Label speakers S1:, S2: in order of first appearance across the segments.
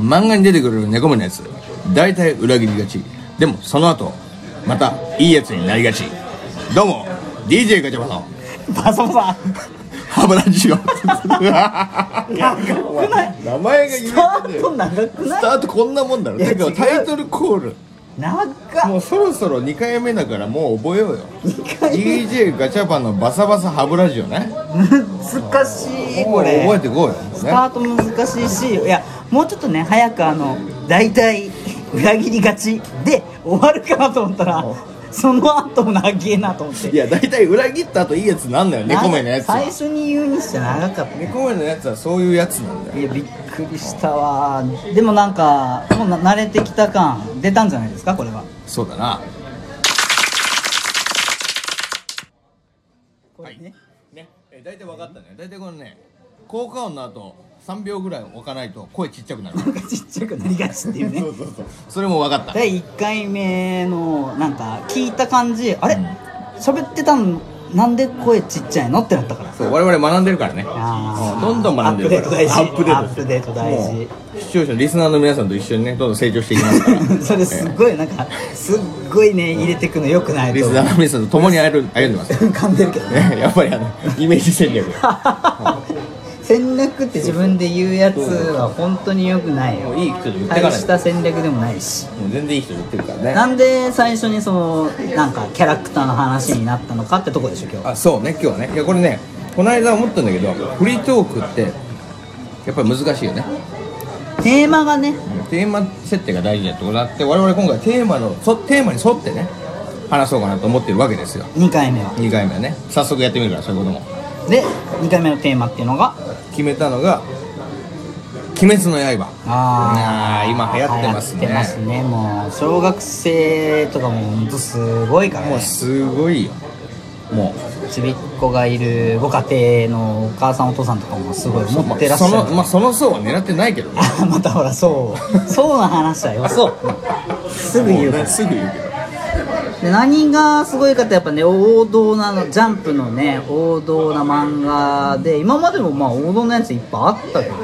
S1: 漫画に出てくる猫胸のやつ大体裏切りがちでもその後またいいやつになりがちどうも DJ ガチャバの
S2: バサバサ
S1: ハブラジオ
S2: 長くない
S1: 名前が
S2: ス
S1: 言
S2: タ
S1: えて
S2: ート長くな
S1: ス
S2: い
S1: タートこんなもんだろ
S2: いや
S1: だけど
S2: 違う
S1: タイトルコール
S2: 長っ
S1: もうそろそろ2回目だからもう覚えようよ
S2: 2回
S1: DJ ガチャバのバサバサハブラジオね
S2: 難しいこれ
S1: もう覚えてこうよ、
S2: ス
S1: ね、
S2: タート難しいしいやもうちょっとね早くあの大体裏切りがちで終わるかなと思ったらその後も長えなと思って
S1: いや大体裏切った後いいやつなんだよ猫目のやつ
S2: 最
S1: は
S2: 初に言うにして長かった
S1: 猫目のやつはそういうやつなんだよ
S2: いやびっくりしたわでもなんかもうな慣れてきた感出たんじゃないですかこれは
S1: そうだな
S2: これね、
S1: ねえ大体分かったね大体このね効果音の後3秒ぐらい置かないと声ちっちゃくなる
S2: なんかちっちゃくなりがちっていうね
S1: そうそうそれも分かった
S2: 第1回目のなんか聞いた感じあれ喋、ってたのなんで声ちっちゃいのってなったから
S1: そう我々学んでるからね
S2: あー
S1: どんどん学んでるから
S2: アップデート大事
S1: アップデート
S2: アップデート
S1: もう視聴者リスナーの皆さんと一緒にねどんどん成長していきますから
S2: それすっごいなんかすっごいね入れてくのよくない
S1: リ
S2: と
S1: ス
S2: 思う
S1: ナーの皆さんと共に歩ん歩んで ます、ね、
S2: 噛んでるけど ね
S1: やっぱりあのイメージ戦略
S2: 戦略って自分で言うやつは本当によくない
S1: も
S2: よ
S1: ういい人と言ってかな
S2: 大
S1: い
S2: し
S1: と
S2: た戦略でもないし
S1: もう全然いい人言ってるからね
S2: なんで最初にそのなんかキャラクターの話になったのかってとこでしょ今日
S1: あそうね今日はねいやこれねこの間思ったんだけどフリートークってやっぱり難しいよね
S2: テーマがね
S1: テーマ設定が大事だってことだって我々今回テーマのそテーマに沿ってね話そうかなと思ってるわけですよ
S2: 2回目は
S1: 2回目はね早速やってみるからそういうことも
S2: で2回目のテーマっていうのが
S1: 決めたのが「鬼滅の刃」
S2: あ
S1: あー今流行ってますね
S2: 流行ってますねもう小学生とかもほんとすごいから
S1: も
S2: ね
S1: うすごいよも
S2: ちびっ子がいるご家庭のお母さんお父さんとかもすごいう持ってらっしゃ
S1: そ
S2: る
S1: のまあその層は狙ってないけどね
S2: あ またほ らそうそうの話だよそうすぐ言
S1: も
S2: うか
S1: う
S2: ら
S1: ねすぐ言うけど
S2: で何がすごいかってやっぱね王道なのジャンプのね王道な漫画で今までもまあ王道のやついっぱいあったけど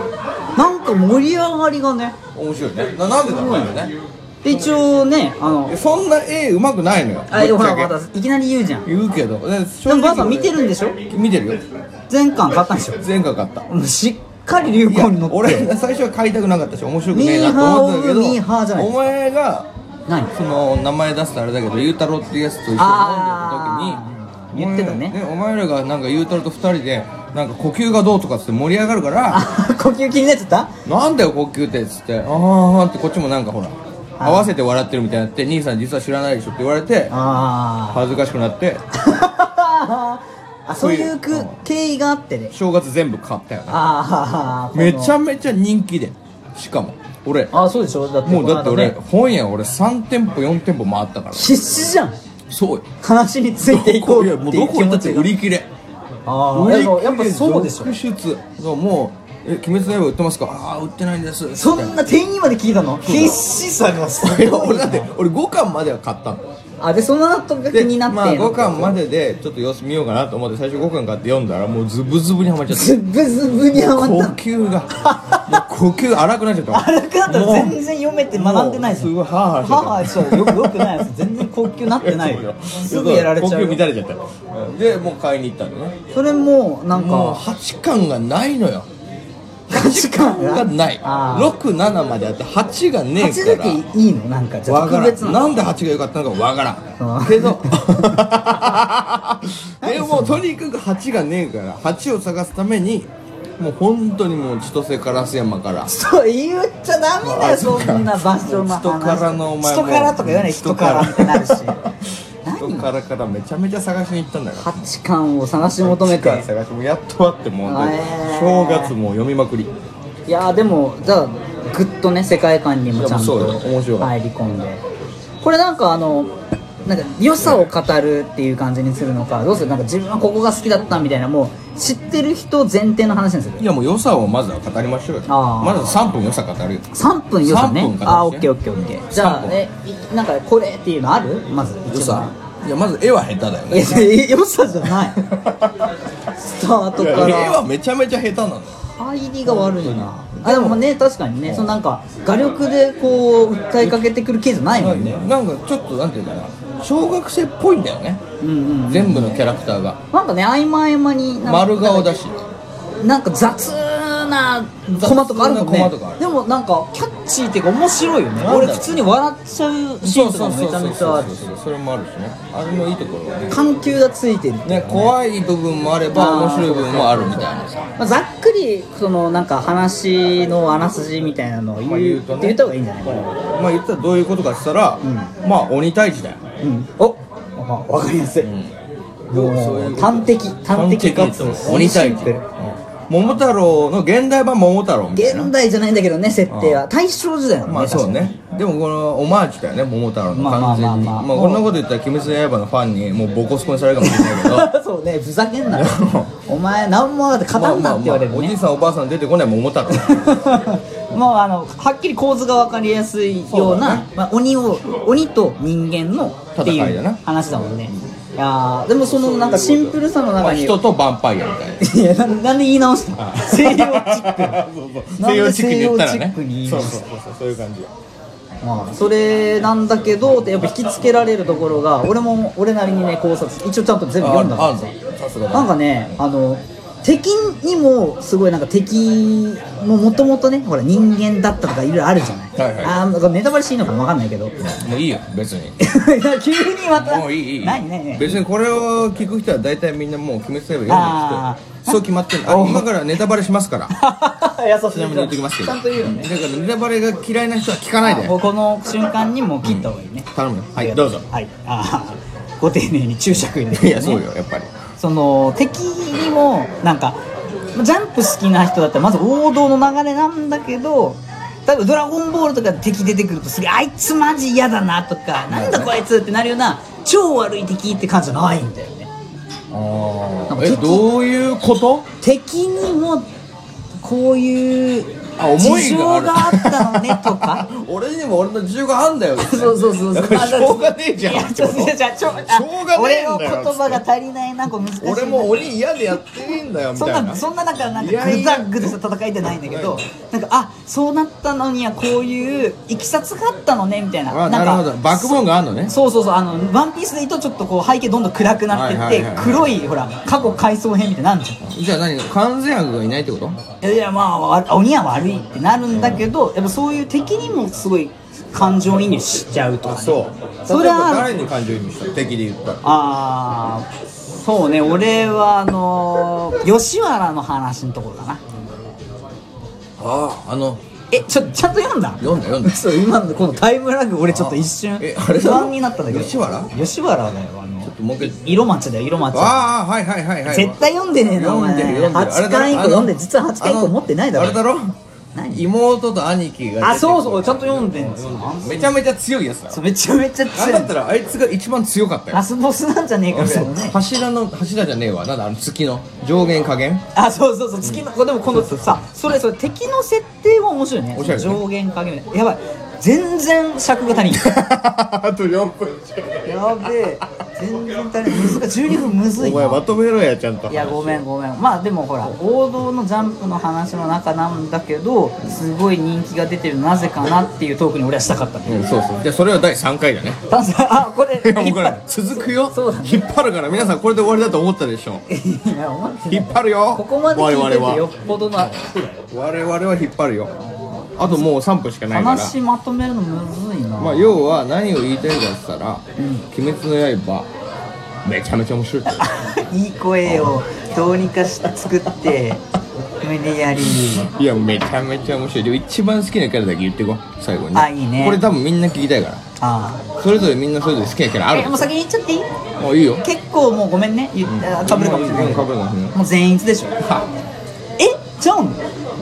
S2: なんか盛り上がりがね
S1: 面白いねななんでだろうね
S2: で一応ねあの
S1: そんな絵うまくないのよ
S2: あ
S1: ぶっ
S2: ほ
S1: ち
S2: ら
S1: ゃけ
S2: またいきなり言うじゃん
S1: 言うけどで
S2: でもばあさん見てるんでしょ
S1: 見てるよ
S2: 前巻買ったんでしょ
S1: 前回買った
S2: もうしっかり流
S1: いや
S2: 行に乗って
S1: 俺最初は買いたくなかったし面白くねえなと思ってたけど
S2: ミーハーオブミーハーじゃない
S1: お前が
S2: 何
S1: その名前出すとあれだけどゆうたろうっていうやつと一緒に飲んでた
S2: あ
S1: 時
S2: ー
S1: に
S2: 言ってたね
S1: お前お前らがなんかゆうたろうと二人でなんか呼吸がどうとかっつって盛り上がるから
S2: あ呼吸気になっちゃった
S1: なんだよ呼吸ってっつってああってこっちもなんかほら合わせて笑ってるみたいになって兄さん実は知らないでしょって言われて
S2: あ
S1: 恥ずかしくなって
S2: ああそういうく
S1: うん
S2: 経緯があってね
S1: 正月全部買ったよね
S2: ああ
S1: めち
S2: ゃ
S1: ゃめちゃ人気でしかも俺
S2: あそうでしょだって
S1: もうだって俺、
S2: この間ね
S1: 本屋俺3店舗4店舗回ったから
S2: 必死じゃん
S1: そうよ
S2: 話についていこうっていう気持ちが
S1: 売り切れ
S2: ああ
S1: 売り切れ
S2: やっぱそうでしょ
S1: 続出そうもう「え鬼滅の刃売ってますか?」ああ売ってないんです
S2: そんな店員まで聞いたの必死さがす
S1: いや
S2: ごい
S1: 俺だ
S2: な
S1: って俺5巻までは買ったの
S2: あでその後が気になって
S1: まあ5巻まででちょっと様子見ようかなと思って最初5巻買って読んだらもうズブズブにはまっちゃった
S2: ズブズブにはま
S1: 呼
S2: っ
S1: 吸がもう呼吸荒くなっちゃった
S2: た荒くなったら
S1: もう
S2: 全然読めて学んでないじゃん
S1: もうすごいハーハーしちゃ
S2: は
S1: った
S2: はそうよくよくないやつ全然高級なってない
S1: そう
S2: よ
S1: よ
S2: すぐやられちゃう
S1: 呼吸
S2: よ
S1: 乱れちゃったよでもう買いに行ったのね
S2: それもなん
S1: もう
S2: か
S1: 8巻がないのよ
S2: 8巻
S1: がない67まであって8がね
S2: 8
S1: え
S2: だ
S1: か
S2: け
S1: ら
S2: いいのなんかじゃあ
S1: わか
S2: 特
S1: ら
S2: 別
S1: ん
S2: なの
S1: なんで8が良かったのかわから
S2: うん
S1: んけど でもとにかく8がねえから8を探すためにもう本当にもう千歳烏山から
S2: そう言っちゃダメだよ
S1: あそ
S2: そ
S1: っか
S2: んな場所の話
S1: 人からのお前も
S2: 人からとか言わない人からってなるし
S1: 人
S2: 何
S1: からからめちゃめちゃ探しに行ったんだから
S2: 8巻を探し求め
S1: 8から
S2: て
S1: 探してもうやっとあってもう
S2: へえ
S1: 正月もう読みまくり
S2: いやーでもじゃあグッとね世界観にもちゃん
S1: いや
S2: と
S1: もうそうよ面白い
S2: 入り込んでこれなんかあのなんか良さを語るっていう感じにするのかどうするなんか自分はここが好きだったみたいなもう知ってる人前提の話なんです
S1: い
S2: よ
S1: やもう良さをまずは語りましょうよ
S2: あー
S1: まず3分良さ語るよ
S2: 3分良さ
S1: 3
S2: ね
S1: 分語る
S2: ああオッケーオッケーオッケーじゃあ
S1: 3分
S2: ねいなんかこれっていうのあるまず
S1: 良
S2: 一
S1: さ
S2: 番
S1: いやまず絵は下手だよ
S2: い
S1: ね
S2: や良さじゃないスタート
S1: いや
S2: か
S1: 絵は
S2: ら
S1: めちゃめちゃ下手なのよ
S2: 入りが悪いなあでもね確かにねそのなんか画力でこう訴えかけてくる系じゃないもんね
S1: なんかちょっとなんていうかな小学生っぽいんだよね
S2: うんうんうん
S1: 全部のキャラクターが
S2: なんかね合間合間になんか
S1: 丸顔だし
S2: なんか雑なコマとかあるもん
S1: 雑なコマ
S2: ね
S1: とかある
S2: でもなんかキャッチーっていうか面白いよね
S1: なんだろう
S2: 俺普通に笑っちゃうシーンとかもめちゃめちゃある
S1: そうそうそうそれもあるしねあれのいいところはね
S2: 緩急がついてるっていう
S1: ね怖い部分もあれば面白い部分もあるみたいなさ
S2: まあ、ざっくりそのなんか話のあらすじみたいなのを言う,、
S1: まあ言うとね
S2: って言った方がいいんじゃないかな、
S1: まあ言ったらどういうことかって言ったら、
S2: ん
S1: まあ鬼退治だよ、
S2: うん、おあわかりやすい、
S1: そう
S2: も
S1: いうう
S2: 端的端的かつ
S1: 鬼退治桃太郎の現代版桃太郎みたいな
S2: 現代じゃないんだけどね設定は大正時代なのね、
S1: まあそうねでもこのオマージュだよね桃太郎の
S2: まあまあ
S1: 完全に
S2: ま
S1: ま
S2: あまあ
S1: あこんなこと言ったら「鬼滅の刃」のファンにもうボコスコにされるかもしれないけど
S2: 確かにそうねふざけんな よお前何もだって勝たんなって言われるね、
S1: おじいさんおばあさん出てこない桃 太郎
S2: もうあのはっきり構図が分かりやすいような
S1: そうだ
S2: まあ、鬼を鬼と人間のって
S1: 戦
S2: い
S1: いうだな
S2: 話だもんねいやーでもそのなんかシンプルさの
S1: ま
S2: 中
S1: あ
S2: に
S1: 人とヴァンパイアみたいない
S2: やななんで言い直したの西洋 チック
S1: 西洋地区に言ったら
S2: なんで西洋チッ
S1: ね
S2: クに言い
S1: そ
S2: ま
S1: う
S2: し
S1: そうそうそうそういう感じよ
S2: まあそれなんだけどやっぱ引きつけられるところが俺も俺なりにね考察一応ちゃんと全部読んだんですよ
S1: ああんださすがだ
S2: なんかねあの敵にもすごいなんか敵ももともとねほら人間だったとかいろいろあるじゃない、
S1: はいはい
S2: あーなんかネタバレしていいのかわかんないけど い
S1: もういいよ別に
S2: や急にまた
S1: もういいいい
S2: 何何 何
S1: 別にこれを聞く人は大体みんなもう「鬼滅の刃」読んで
S2: あ
S1: きてそう決まってるあ今からネタバレします から
S2: いやそう
S1: ちなみに言ってきますけ
S2: ち
S1: ど
S2: ゃんと言うよね
S1: だからネタバレが嫌いな人は聞かないで
S2: あもうこの瞬間にもう切った方がいいね、
S1: 頼むよはいどうぞ
S2: はいあーご丁寧に注釈入れて、
S1: い
S2: ね、
S1: やそうよやっぱり
S2: その敵にもなんかジャンプ好きな人だったらまず王道の流れなんだけど例えば「ドラゴンボール」とかで敵出てくるとすげえあいつマジ嫌だなとかなんだこいつってなるような超悪い敵って感じじゃないんだよね
S1: あ
S2: ー
S1: えどういうこと
S2: 敵にもこういう
S1: あ思
S2: 事
S1: い
S2: 情
S1: がある
S2: があったのねとか
S1: 俺にも俺の事情があんだよ
S2: そうそうそうそう
S1: だからしょうがねえじゃん
S2: いやちょっといやじゃあちょあ
S1: しょうがねえんだよ
S2: 俺の言葉が足りないなんか難しいな
S1: 俺も鬼嫌でやってねえんだよみ
S2: そん
S1: たいな
S2: なそんな中なん
S1: い
S2: か
S1: や
S2: グ
S1: い
S2: ザ
S1: や
S2: グザ戦いじゃないんだけど
S1: は
S2: なんかあそうなったのにはこういういきさつがあったのねみたいな
S1: あな
S2: な
S1: んる
S2: か
S1: ほどバックボーンがあんのね
S2: そうそうそうあの「ワンピースで言うとちょっとこう背景どんどん暗くなってって、
S1: はいはいはいはい
S2: 黒いほら過去回想編みたいになんじゃんい
S1: じゃあ何完全悪がいないってこと
S2: やいやまあわ鬼は悪いってなるんだけど、やっぱそういう敵にもすごい感情移入しちゃうとかね、
S1: そう
S2: そ
S1: そ
S2: れ
S1: れ
S2: は
S1: は誰に感情移入した敵で言ったら
S2: ああそうね俺はあの吉原の話のところだな
S1: あああの
S2: えちょちゃんと読んだ
S1: 読んだ読んだ
S2: そう今のこのタイムラグ俺ちょっと一瞬
S1: えあれだ
S2: 不安になったんだけど
S1: 吉原
S2: 吉原だよあの
S1: もう一回
S2: 色町だよ色町
S1: ああはいはいはいはい
S2: 絶対読んでねえなお前
S1: 読んでる読んでる
S2: 八巻以降
S1: あれだろ
S2: 読んで実は八巻以降持ってないだろ
S1: あのあれだろ
S2: 何
S1: 妹と兄貴が出てくる
S2: あそうそうちゃんと読んでんですよ
S1: めちゃめちゃ強いやつだ
S2: そうめちゃめちゃ
S1: なん
S2: 強
S1: だ
S2: い
S1: ったらあいつが一番強かったよ
S2: ラスボスなんじゃねえかみたいなね
S1: 柱の柱じゃねえわなんだあの月の上限下限
S2: あそうそうそう月の、でも今度さそれそれ敵の設定も面白いね
S1: 面白いね
S2: 上限加減やばい全然尺が足 りん
S1: あと4分
S2: やべえ全然足りん難しい12分むずいな
S1: とめろやちゃんと
S2: いやごめんごめんまあでもほら王道のジャンプの話の中なんだけどすごい人気が出てるなぜかなっていうトークに俺はしたかったん
S1: うんそうそうじゃあそれは第3回だね
S2: ダンスあこれ
S1: いやも
S2: 引
S1: う
S2: っ
S1: こ
S2: 張
S1: れ続くよ
S2: そうだね
S1: 引っ張るから皆さんこれで終わりだと思ったでしょ
S2: るいや思って
S1: 引
S2: ない
S1: っ張るよ
S2: ここまで聞いて
S1: 我
S2: てよ
S1: 々は
S2: っぽどな
S1: 我々は引っ張るよあともう3分しかないから
S2: 話まとめるのむずいな、
S1: まあ要は何を言いたいかって言ったら「
S2: うん
S1: 鬼滅の刃」めちゃめちゃ面白い
S2: いい声をどうにかして作って無理やり
S1: いやめちゃめちゃ面白いでも一番好きなキャラだけ言ってこう最後に
S2: あいいね
S1: これ多分みんな聞きたいか
S2: あ
S1: らそれぞれみんなそれぞれ好きなキャラあ
S2: あ
S1: る
S2: えもう先に言っちゃっていい
S1: もういいよ
S2: 結構もうごめんね言ってあかぶるかもしれないけ
S1: か
S2: ど
S1: ぶるかもしれない
S2: もう全員一致でしょ
S1: は
S2: えじゃん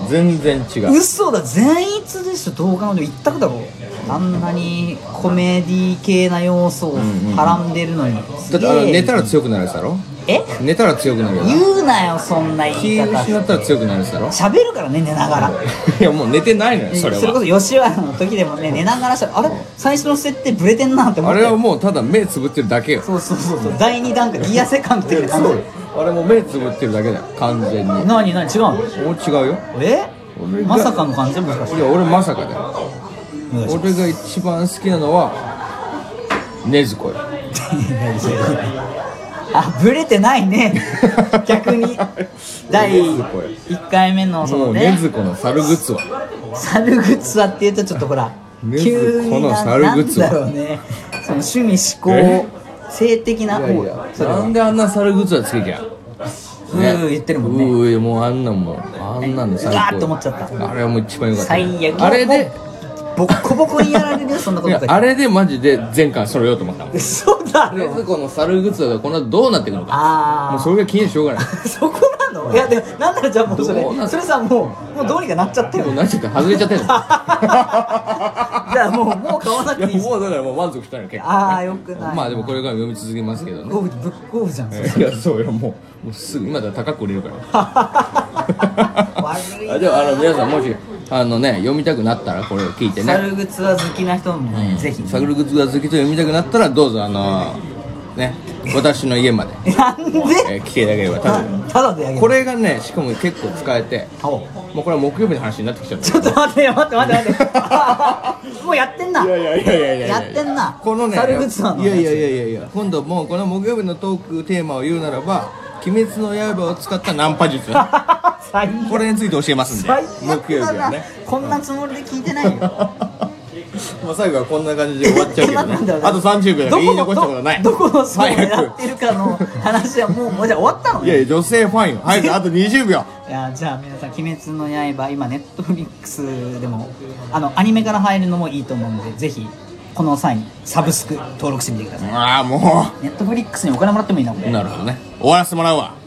S1: 全然違う
S2: 嘘だ善逸でしょ動画の量一択だろあんなにコメディ系な要素を絡んでるのに、す
S1: だってあの
S2: げえ
S1: 寝たら強くなるやつだろ
S2: え
S1: 寝たら強くなるよな
S2: 言うなよそんな言い
S1: 気
S2: 方
S1: 失ったら強くなるやつだろ
S2: 喋るからね寝ながら
S1: いやもう寝てないのよそれ
S2: こ
S1: は
S2: そ吉原の時でもね寝ながらしたらあれ最初の設定ブレてんなって思っ
S1: あ
S2: て
S1: れはもうただ目つぶってるだけよ
S2: そうそうそうそう第2弾かギアセカンド的な感じ
S1: そうよあれもう目つぶってるだけだよ完全に
S2: なになに違うの
S1: お違うよ
S2: え
S1: 俺が
S2: まさかの感じもしかし
S1: い
S2: て
S1: や俺まさかだよ
S2: お願いします
S1: 俺が一番好きなのはねずこよ
S2: あブレてないね 逆に第
S1: ねずこよ
S2: 1回目のそ
S1: も
S2: の
S1: うね
S2: ね
S1: ずこの猿グッズは
S2: 猿グッズはっていうとちょっとほら
S1: ねず
S2: 急に
S1: この
S2: な
S1: 猿グッズは
S2: なんだろうねその趣味思考
S1: え
S2: 性的ない
S1: やいや
S2: それ
S1: な
S2: は
S1: んであんな猿グッズはつけきゃ
S2: うー言ってるもんね
S1: うーもうあんなんもうあんなんの最高
S2: うわーって思っちゃった
S1: あれはもう一番良かった
S2: 最悪
S1: あれで
S2: ボッコボコにやられるよそんなこ
S1: いや
S2: とだったら
S1: あれでマジで前回揃えようと思ったもんね
S2: 嘘だろ
S1: ずこの猿グッズがこの後どうなっていくのかも
S2: あ
S1: う
S2: あ
S1: それが気にしょうがない
S2: そこなのいやでもなんならじゃあもうそれ
S1: どうなん
S2: それさもうもうどうにかなっちゃってる
S1: もうなっちゃって外れちゃってる
S2: じゃあもうもう買わなくていい
S1: もうだからもう満足したのよ結構
S2: ああよくない
S1: まあでもこれから読み続けますけどね
S2: ゴーブぶっこぶじゃんそれ
S1: いやそうよもうもうすぐ今だったら高く売れるから
S2: 悪いな
S1: あでもあの皆さんもしあのね読みたくなったらこれを聞いてね
S2: 猿グッズは好きな人もねぜひ
S1: サグルグッズが好きと読みたくなったらどうぞあのね私の家まで、
S2: なんで
S1: えー、聞けいただければ多分
S2: ただであげる
S1: これがねしかも結構使えて
S2: お
S1: もうこれは木曜日の話になってきちゃった
S2: ちょっと待ってよ待って待って 待ってもうやってんない
S1: やいやいやいやいや
S2: やってんな
S1: このね
S2: 猿グッズなの
S1: いやいやいやいやいや今度もうこの木曜日のトークテーマを言うならば「鬼滅の刃」を使ったナンパ術
S2: 最
S1: これについて教えますんで
S2: 最
S1: 木
S2: 悪
S1: 曜日
S2: だ
S1: は
S2: な
S1: ね
S2: こんなつもりで聞いてないよ
S1: まあ最後はこんな感じで終わっちゃうけどね
S2: なんだろう
S1: あと30秒だ
S2: ど
S1: から言
S2: こ
S1: い残したことはない
S2: どどこの層を狙
S1: 早
S2: っ
S1: く
S2: てるかの話はもうもうじゃあ終わったの
S1: いやい
S2: ね
S1: や女性ファンよ早くあと20秒
S2: いやじゃあ皆さん「鬼滅の刃」今ネットフリックスでもあのアニメから入るのもいいと思うのでぜひこの際にサブスク登録してみてください
S1: ああも
S2: ネットフリックスにお金もらってもいいなこれ
S1: うなるほどね終わらせてもらうわ